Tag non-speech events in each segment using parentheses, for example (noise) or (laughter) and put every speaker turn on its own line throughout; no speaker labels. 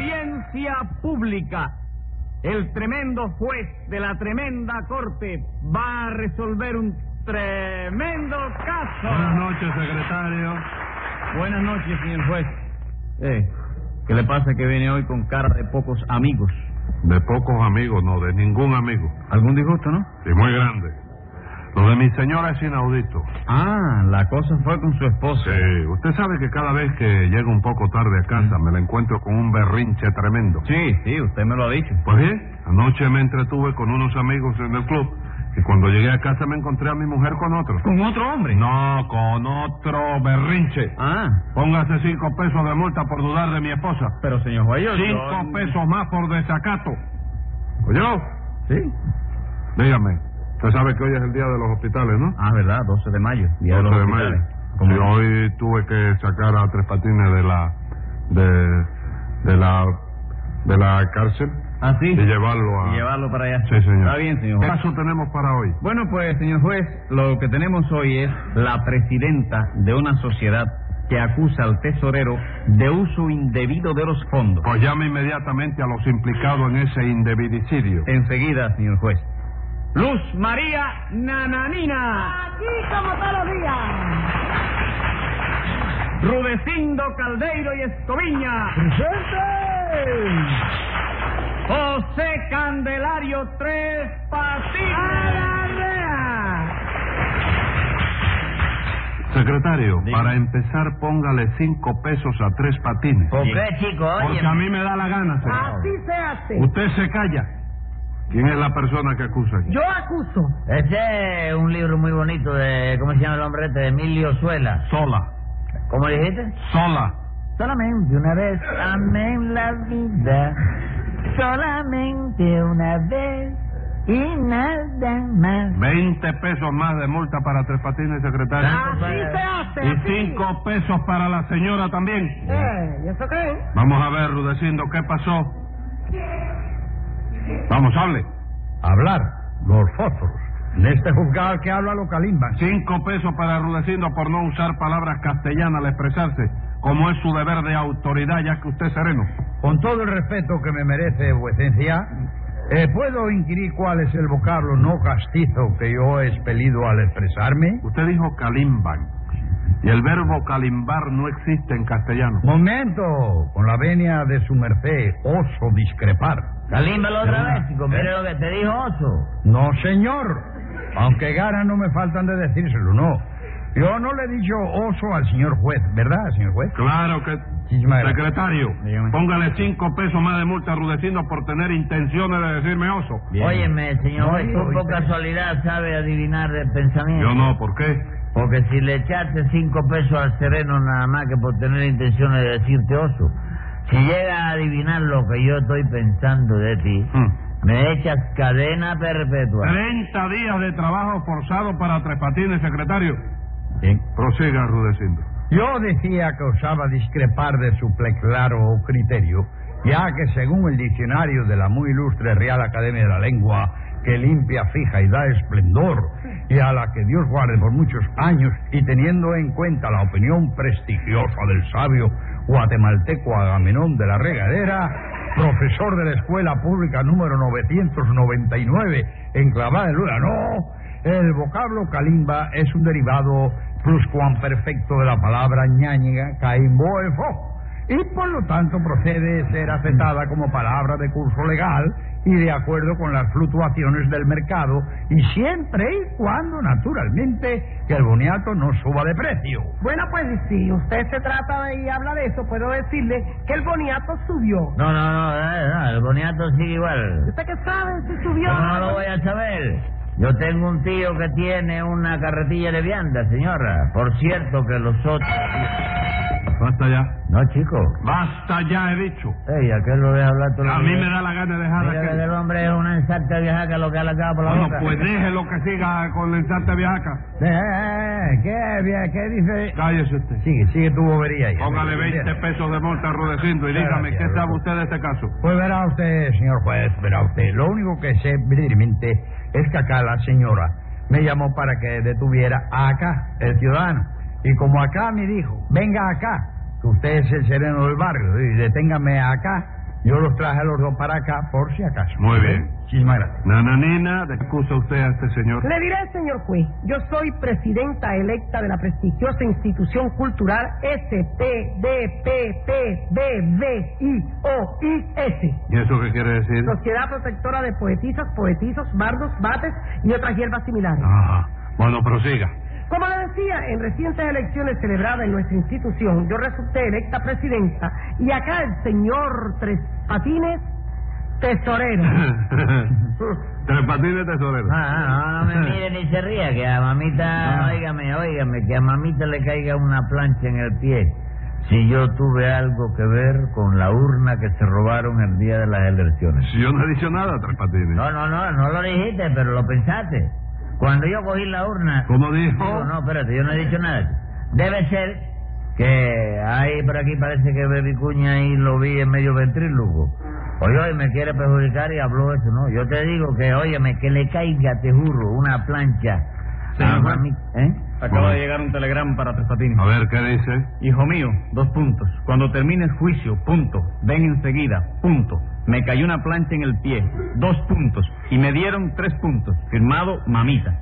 Abogacía Pública. El tremendo juez de la tremenda corte va a resolver un tremendo caso.
Buenas noches, secretario.
Buenas noches, señor juez. Eh, ¿Qué le pasa que viene hoy con cara de pocos amigos?
De pocos amigos, no, de ningún amigo.
¿Algún disgusto, no?
Sí, muy grande. Lo de mi señora es inaudito.
Ah, la cosa fue con su esposa.
Sí, usted sabe que cada vez que llego un poco tarde a casa me la encuentro con un berrinche tremendo.
Sí, sí, usted me lo ha dicho.
Pues bien, anoche me entretuve con unos amigos en el club y cuando llegué a casa me encontré a mi mujer con otro.
¿Con otro hombre?
No, con otro berrinche.
Ah,
Póngase cinco pesos de multa por dudar de mi esposa.
pero señor juez, yo...
Cinco
yo-
pesos más por desacato. ¿Oyó?
Sí.
Dígame, usted sabe que hoy es el día de los hospitales, ¿no?
Ah, ¿verdad? 12 de mayo. Día de
12
los
de mayo.
hospitales.
Sí,
Como-
hoy tuve que sacar a Tres Patines de la... de... de la... de la cárcel
Ah, sí.
y llevarlo a...
Y llevarlo para allá.
Sí, señor.
Está bien, señor
¿Qué
juez.
caso tenemos para hoy?
Bueno, pues, señor juez, lo que tenemos hoy es la presidenta de una sociedad que acusa al tesorero de uso indebido de los fondos.
Pues llame inmediatamente a los implicados en ese indebidicidio.
Eh. Enseguida, señor juez.
Luz María Nananina.
Aquí como todos los días.
Rudecindo Caldeiro y Escoviña. José Candelario Tres Patines.
Secretario,
Dígame.
para empezar, póngale cinco pesos a Tres Patines.
¿Por
qué, chico?
Porque a mí me da la gana, señor.
Así se hace.
Usted se calla. ¿Quién es la persona que acusa aquí?
Yo acuso.
Este es un libro muy bonito de, ¿cómo se llama el hombre este? De Emilio Suela.
Sola.
¿Cómo le dijiste?
Sola.
Solamente una vez amé la vida, solamente una vez y nada más.
Veinte pesos más de multa para Tres Patines, secretario.
Así se hace.
Y
así.
cinco pesos para la señora también.
Eh, ¿y eso qué?
Vamos a ver, Rudecindo, ¿qué pasó? Vamos, hable.
Hablar, los fósforos. En este juzgado que habla lo calimban.
Cinco pesos para Rudecindo por no usar palabras castellanas al expresarse, como es su deber de autoridad, ya que usted es sereno.
Con todo el respeto que me merece vuecencia, eh, ¿puedo inquirir cuál es el vocablo no castizo que yo he expelido al expresarme?
Usted dijo calimban, y el verbo calimbar no existe en castellano.
Momento, con la venia de su merced, oso discrepar.
Calímbalo otra vez, chico. Mire
¿Eh?
lo que te dijo Oso.
No, señor. Aunque ganas no me faltan de decírselo, no. Yo no le he dicho oso al señor juez, ¿verdad, señor juez?
Claro que...
Muchísimas gracias.
Secretario,
Dígame.
póngale cinco pesos más de multa a Rudecindo por tener intenciones de decirme oso.
Bien.
Óyeme, señor,
No,
juez,
no,
tú por
oíste.
casualidad sabe adivinar el pensamiento.
Yo no, ¿por qué?
Porque si le echaste cinco pesos al sereno nada más que por tener intenciones de decirte oso, si llegas a adivinar lo que yo estoy pensando de ti,
Hmm.
me echas cadena perpetua.
30 días de trabajo forzado para Tres Patines, secretario.
Bien.
Prosiga, Rudecindo.
Yo decía que osaba discrepar de su claro criterio, ya que según el diccionario de la muy ilustre Real Academia de la Lengua, que limpia, fija y da esplendor, y a la que Dios guarde por muchos años, y teniendo en cuenta la opinión prestigiosa del sabio guatemalteco Agamenón de la Regadera, profesor de la Escuela Pública número 999, enclavada en Lurano, el vocablo calimba es un derivado pluscuamperfecto de la palabra ñáñiga caimboefo y por lo tanto procede de ser aceptada como palabra de curso legal y de acuerdo con las fluctuaciones del mercado y siempre y cuando naturalmente que el boniato no suba de precio.
Bueno, pues si usted se trata de y habla de eso, puedo decirle que el boniato subió.
No, no, no, eh, no, el boniato sigue
¿Y
igual.
¿Usted qué sabe si subió?
Yo no lo voy a saber. Yo tengo un tío que tiene una carretilla de vianda, señora. Por cierto que los otros...
Basta ya.
No, chico.
Basta ya, he dicho.
Ey, ¿a qué lo deja hablar todo
A mí me da la gana de dejar
Mira que
aquel.
el hombre es una ensarta vieja que lo que ha acaba por la
Bueno,
boca.
pues déjelo que siga con la ensarte viajaca.
Eh, eh, eh, ¿Qué, bien, qué dice?
Cállese usted.
Sigue, sigue tu bobería. ahí.
Póngale 20 pesos de multa, Rudecindo, y dígame,
Gracias,
¿qué sabe
Rudecindo.
usted de este caso?
Pues verá usted, señor juez, verá usted. Lo único que sé brevemente es que acá la señora me llamó para que detuviera a acá, el ciudadano. Y como acá me dijo, venga acá, que usted es el sereno del barrio, y deténgame acá,
Yo los traje a los dos para acá, por si acaso.
Muy bien.
Muchísimas gracias.
Nananina, ¿de qué acusa usted a este señor?
Le diré, señor juez, yo soy presidenta electa de la prestigiosa institución cultural SPDPPPBVIOIS,
¿Y eso qué quiere decir?
Sociedad Protectora de Poetisas, Poetizos, Bardos, Bates y otras hierbas similares.
Ajá. Ah, Bueno,
(laughs)
prosiga. (laughs)
Como le decía, en recientes elecciones celebradas en nuestra institución, yo resulté electa presidenta y acá el señor Tres Patines, tesorero.
Tres patines tesorero.
Ah, ah, no, no me mire ni se ría, que a mamita, óigame, óigame, que a mamita le caiga una plancha en el pie. Si yo tuve algo que ver con la urna que se robaron el día de las elecciones.
Si yo no he dicho nada, tres patines.
No, no, no, no lo dijiste, pero lo pensaste. Cuando yo cogí la urna...
¿Cómo dijo?
Digo, no, espérate, yo no he dicho nada. Debe ser que ahí por aquí parece que Baby Cuña ahí lo vi en medio ventríloco. Oye, oye, me quiere perjudicar y habló eso, ¿no? Yo te digo que, óyeme, que le caiga, te juro, una plancha.
Señor
a
juez.
mami- ¿Eh?
Acaba
Bueno.
de llegar un telegrama para Tres Patines.
A ver, ¿qué dice?
Hijo mío, dos puntos. Cuando termine el juicio, punto. Ven enseguida, punto. Me cayó una plancha en el pie, dos puntos. Y me dieron tres puntos. Firmado, mamita.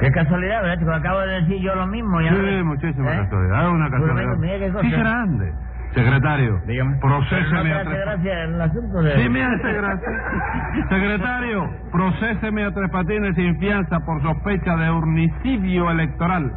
Qué casualidad, ¿verdad? chico? acabo de decir yo lo mismo. Ya
Sí,
¿Eh?
muchísimas casualidades. Ah, una
Pero mira qué
casualidad.
cosa.
Sí, grande. Secretario,
Dígame.
procéseme a
Gracias,
tres
gracias el asunto de...
Sí, me hace gracia. Secretario, procéseme a Tres Patines sin fianza por sospecha de urnicidio electoral.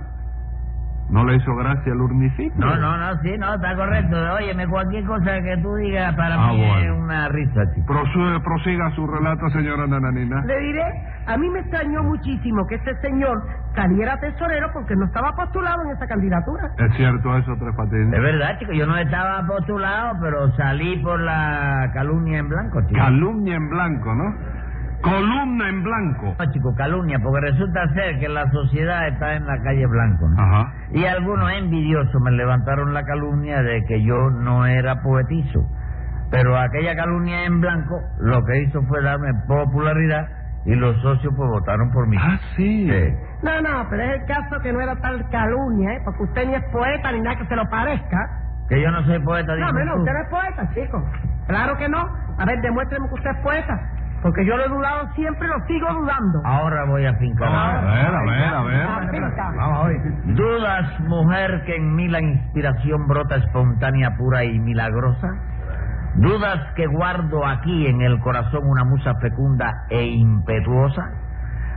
¿No le hizo gracia el urnicidio?
No, no, no, sí, no, está correcto. Óyeme, cualquier cosa que tú digas para
Ah,
mí
bueno.
es una risa, chico.
Prosu- prosiga su relato, señora Nananina.
Le diré, a mí me extrañó muchísimo que este señor saliera tesorero porque no estaba postulado en esa candidatura.
¿Es cierto eso, Tres
Es
Patines?
verdad, chico, yo no estaba postulado, pero salí por la calumnia en blanco, chico.
Calumnia en blanco, ¿no? Columna en blanco.
No, chico, calumnia, porque resulta ser que la sociedad está en la calle Blanco,
Ah.
¿no?
Ajá.
Y algunos envidiosos me levantaron la calumnia de que yo no era poetizo. Pero aquella calumnia en blanco lo que hizo fue darme popularidad y los socios pues votaron por mí.
Ah, sí.
No, no, pero es el caso que no era tal calumnia, ¿eh? porque usted ni es poeta ni nada que se lo parezca.
Que yo no soy poeta,
No,
dices
menos,
tú.
usted no es poeta, chico. Claro que no. A ver, demuéstreme que usted es poeta, porque yo lo he dudado siempre y lo sigo dudando.
Ahora voy a fincar.
A ver, a ver, a
Ah,
ver.
venga.
Vamos a ver.
¿Dudas, mujer, que en mí la inspiración brota espontánea, pura y milagrosa? ¿Dudas que guardo aquí en el corazón una musa fecunda e impetuosa?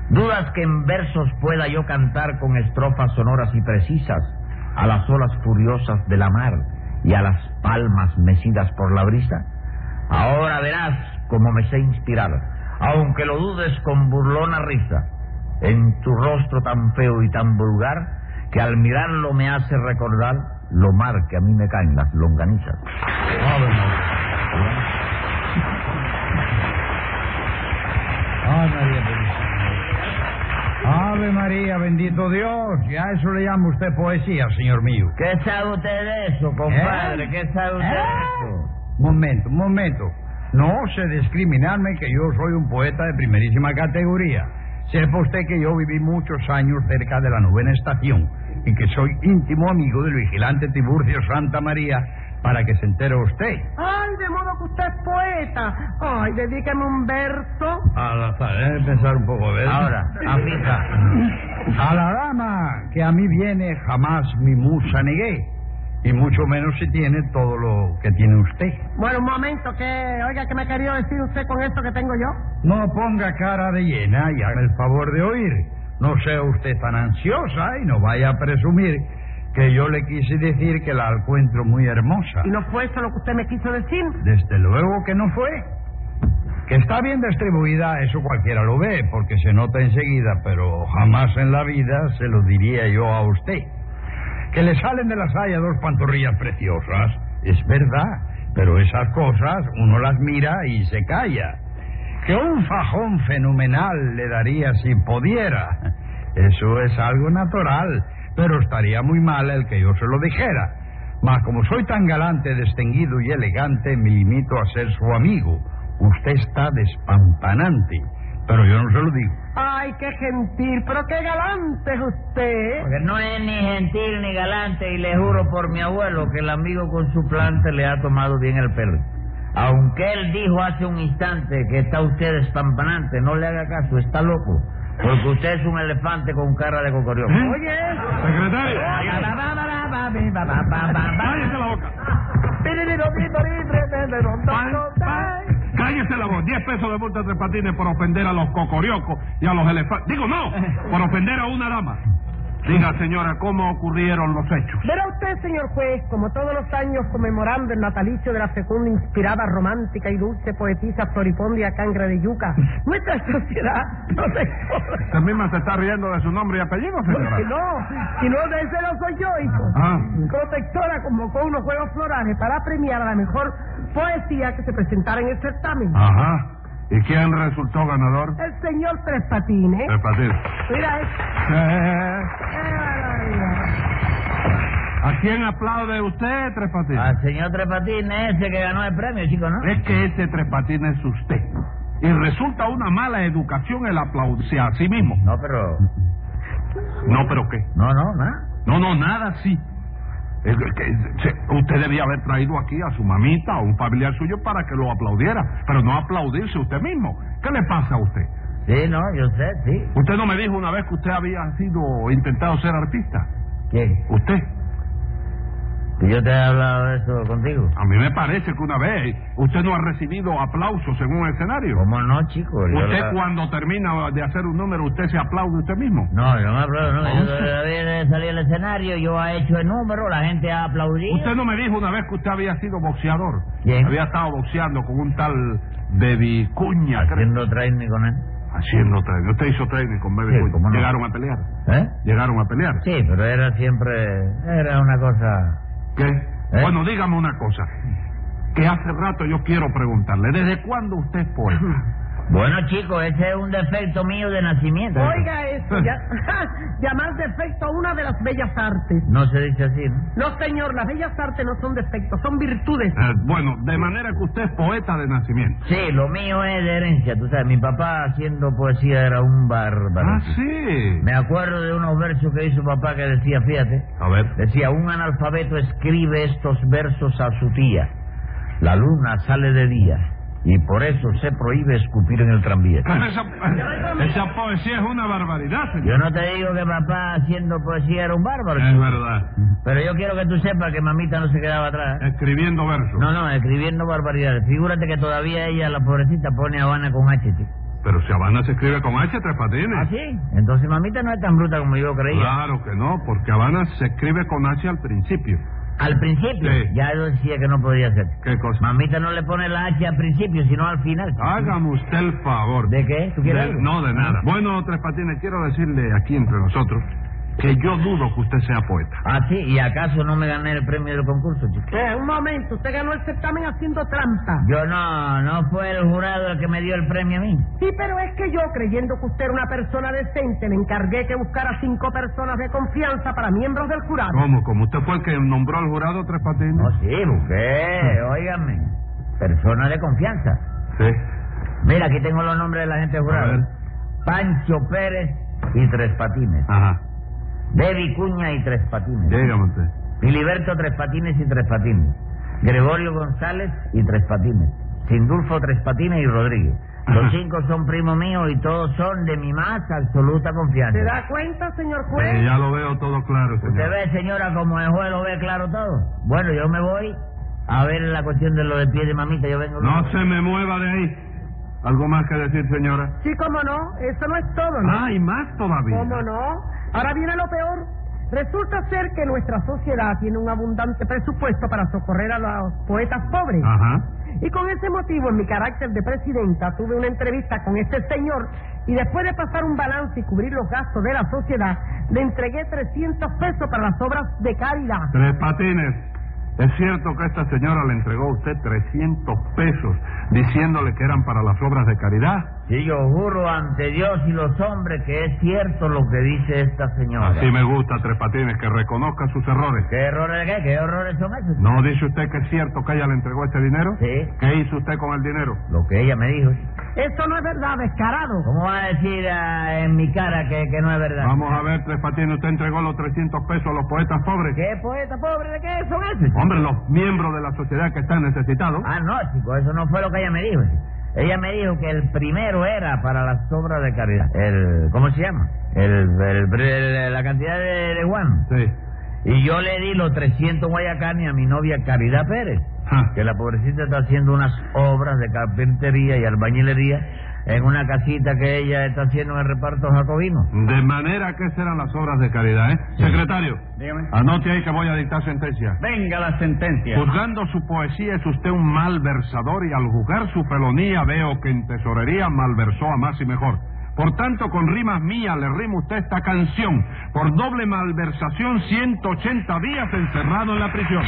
¿Dudas que en versos pueda yo cantar con estrofas sonoras y precisas a las olas furiosas de la mar y a las palmas mecidas por la brisa? Ahora verás cómo me sé inspirar, aunque lo dudes con burlona risa en tu rostro tan feo y tan vulgar que al mirarlo me hace recordar lo mal que a mí me caen las longanizas.
Ave María Purísima. Ave María, bendito Dios. Ya eso le llama usted poesía, señor mío.
¿Qué sabe usted de eso, compadre?
¿Eh?
¿Qué sabe usted
¿Eh?
de eso?
Momento, momento. No se discriminarme que yo soy un poeta de primerísima categoría. Sepa usted que yo viví muchos años cerca de la novena estación y que soy íntimo amigo del vigilante Tiburcio Santa María para que se entere usted.
Ay, de modo que usted es poeta. Ay, dedíqueme un verso.
Al azar, déjeme pensar un poco, ¿ves?
Ahora, afija.
A la dama que a mí viene jamás mi musa negué. Y mucho menos si tiene todo lo que tiene usted.
Bueno, un momento, que, oiga, ¿qué me ha querido decir usted con esto que tengo yo?
No ponga cara de llena y haga el favor de oír. No sea usted tan ansiosa y no vaya a presumir que yo le quise decir que la encuentro muy hermosa.
Y no fue eso lo que usted me quiso decir.
Desde luego que no fue. Que está bien distribuida, eso cualquiera lo ve, porque se nota enseguida, pero jamás en la vida se lo diría yo a usted. Que le salen de las saya dos pantorrillas preciosas, es verdad, pero esas cosas uno las mira y se calla. Que un fajón fenomenal le daría si pudiera, eso es algo natural, pero estaría muy mal el que yo se lo dijera. Mas como soy tan galante, distinguido y elegante, me limito a ser su amigo. Usted está despampanante, pero yo no se lo digo.
Ay, qué gentil, pero qué galante es usted.
Porque no es ni gentil ni galante y le juro por mi abuelo que el amigo con su planta le ha tomado bien el pelo. Aunque él dijo hace un instante que está usted espampanante, no le haga caso, está loco. Porque usted es un elefante con cara de cocorión.
Oye, eso.
Secretario, cállese la boca. Pan, Cállese la voz. Diez pesos de multa tres patines por ofender a los cocoriocos y a los elefantes. Digo, no, por ofender a una dama. Diga, señora, ¿cómo ocurrieron los hechos?
Verá usted, señor juez, como todos los años conmemorando el natalicio de la fecunda, inspirada, romántica y dulce poetisa floripondia Cangre de Yuca, nuestra sociedad no se (laughs)
Usted misma se está riendo de su nombre y apellido, señora.
Porque no, si no de ese no soy yo, hijo.
Ah.
Protectora convocó unos juegos florales para premiar a la mejor poesía que se presentara en el certamen.
Ajá. ¿Y quién resultó ganador?
El señor Tres Patines.
Tres patines.
Mira, es-
Eh,
qué maravilla.
¿A quién aplaude usted, Tres Patines?
Al señor Trepatín, ese que ganó el premio, chico, ¿no?
Es que ese Tres Patines es usted. Y resulta una mala educación el aplaudirse a sí mismo.
No, pero...
No, pero ¿qué?
No, no, nada.
No, no, nada, sí. Es que- que- se- usted debía haber traído aquí a su mamita o un familiar suyo para que lo aplaudiera, pero no aplaudirse usted mismo. ¿Qué le pasa a usted?
Sí, no, yo sé, sí.
Usted no me dijo una vez que usted había sido intentado ser artista.
¿Quién?
Usted.
Que Yo te he hablado de eso contigo.
A mí me parece que una vez usted no ha recibido aplausos en un escenario.
¿Cómo no, chico? Yo
Usted
la-
cuando termina de hacer un número, usted se aplaude usted mismo.
No, yo no aplaudo, no. Yo
Entonces-
todavía de salir al escenario, yo he hecho el número, la gente ha aplaudido.
Usted no me dijo una vez que usted había sido boxeador.
¿Quién?
Había estado boxeando con un tal Bebi Cuña, creo.
Haciendo training con él.
Haciendo training. Usted hizo training con Bebe
Sí,
Cuña.
cómo no.
Llegaron a pelear.
¿Eh?
Llegaron a pelear.
Sí, pero era siempre... Era una cosa...
¿Qué?
¿Eh?
Bueno, dígame una cosa. Que hace rato yo quiero preguntarle. ¿Desde cuándo usted es poeta?
(laughs) Bueno, chicos, ese es un defecto mío de nacimiento.
Oiga eso, ya, llamar defecto a una de las bellas artes.
No se dice así, ¿no?
No, señor, las bellas artes no son defectos, son virtudes.
Eh, bueno, de manera que usted es poeta de nacimiento.
Sí, lo mío es de herencia, tú sabes. Mi papá haciendo poesía era un bárbaro.
Ah, sí.
Me acuerdo de unos versos que hizo papá que decía, fíjate,
A ver.
decía, un analfabeto escribe estos versos a su tía. La luna sale de día y por eso se prohíbe escupir en el tranvía.
Pero esa, (laughs) esa poesía es una barbaridad, señor.
Yo no te digo que papá haciendo poesía era un bárbaro,
Es
chico,
verdad.
pero yo quiero que tú sepas que mamita no se quedaba atrás. ¿eh?
Escribiendo versos.
No, no, escribiendo barbaridades. Figúrate que todavía ella, la pobrecita, pone Habana con H, chico.
Pero si Habana se escribe con H, Tres Patines.
¿Ah, sí? Ah, Entonces mamita no es tan bruta como yo creía.
Claro que no, porque Habana se escribe con H al principio.
Al principio,
Sí.
ya yo decía que no podía ser.
¿Qué cosa?
Mamita no le pone la H al principio, sino al final.
Hágame usted el favor.
¿De qué? ¿Tú quieres
De-
algo? Ah.
No, de nada. Bueno, Tres Patines, quiero decirle aquí entre nosotros que yo dudo que usted sea poeta.
Ah, sí, ¿y acaso no me gané el premio del concurso, chico?
Eh, un momento, usted ganó el certamen haciendo trampa.
Yo no, no fue el jurado el que me dio el premio a mí.
Sí, pero es que yo, creyendo que usted era una persona decente, le encargué que buscara cinco personas de confianza para miembros del jurado.
¿Cómo? ¿Como usted fue el que nombró al jurado Tres Patines?
No, Ah, sí, busqué, (laughs) óigame. Persona de confianza.
Sí.
Mira, aquí tengo los nombres de la gente
A ver.
jurada. Pancho Pérez y Tres Patines.
Ajá.
Debbie Cuña y Tres Patines.
Dígame usted.
Filiberto Tres Patines y Tres Patines. Gregorio González y Tres Patines. Sindulfo Tres Patines y Rodríguez. Los cinco son primos míos y todos son de mi más absoluta
¿Se
confianza.
da cuenta, señor
Eh,
juez?
ya lo veo todo claro,
Pues, ¿Usted
señor.
ve, señora, como el juez lo ve claro todo? Bueno, yo me voy a ver la cuestión de lo del pie de mamita. Yo vengo.
No se me mueva de ahí. ¿Algo más que decir, señora?
Sí, cómo no, eso no es todo, ¿no?
Ah, y más todavía.
¿Cómo no? Ahora viene lo peor. Resulta ser que nuestra sociedad tiene un abundante presupuesto para socorrer a los poetas pobres.
Ajá.
Y con ese motivo, en mi carácter de presidenta, tuve una entrevista con este señor y después de pasar un balance y cubrir los gastos de la sociedad, le entregué 300 pesos para las obras de caridad.
Tres Patines, es cierto que esta señora le entregó a usted 300 pesos diciéndole que eran para las obras de caridad.
Sí, yo juro ante Dios y los hombres que es cierto lo que dice esta señora.
Así me gusta, Tres Patines, que reconozca sus errores.
¿Qué errores de qué? ¿Qué errores son esos?
¿No dice usted que es cierto que ella le entregó este dinero?
Sí.
¿Qué hizo usted con el dinero?
Lo que ella me dijo.
Eso no es verdad, descarado.
¿Cómo va a decir ah, en mi cara que, que no es verdad?
Vamos a ver, Tres Patines, usted entregó los 300 pesos a los poetas pobres.
¿Qué poeta pobre de qué son esos?
Hombre, los miembros de la sociedad que están necesitados.
Ah, no, chico, eso no fue lo que ella me dijo. Ella me dijo que el primero era para las obras de caridad. El, ¿Cómo se llama? El, el- el- la cantidad de, de guano.
Sí.
Y yo le di los 300 guayacanes a mi novia Caridad Pérez,
Ah.
que la pobrecita está haciendo unas obras de carpintería y albañilería en una casita que ella está haciendo en el reparto jacobino.
De manera que serán las obras de caridad, ¿eh? Secretario,
Dígame.
anote ahí que voy a dictar sentencia.
Venga la sentencia.
Juzgando su poesía es usted un malversador y al juzgar su felonía veo que en tesorería malversó a más y mejor. Por tanto, con rimas mías le rimo a usted esta canción. Por doble malversación, 180 días encerrado en la prisión.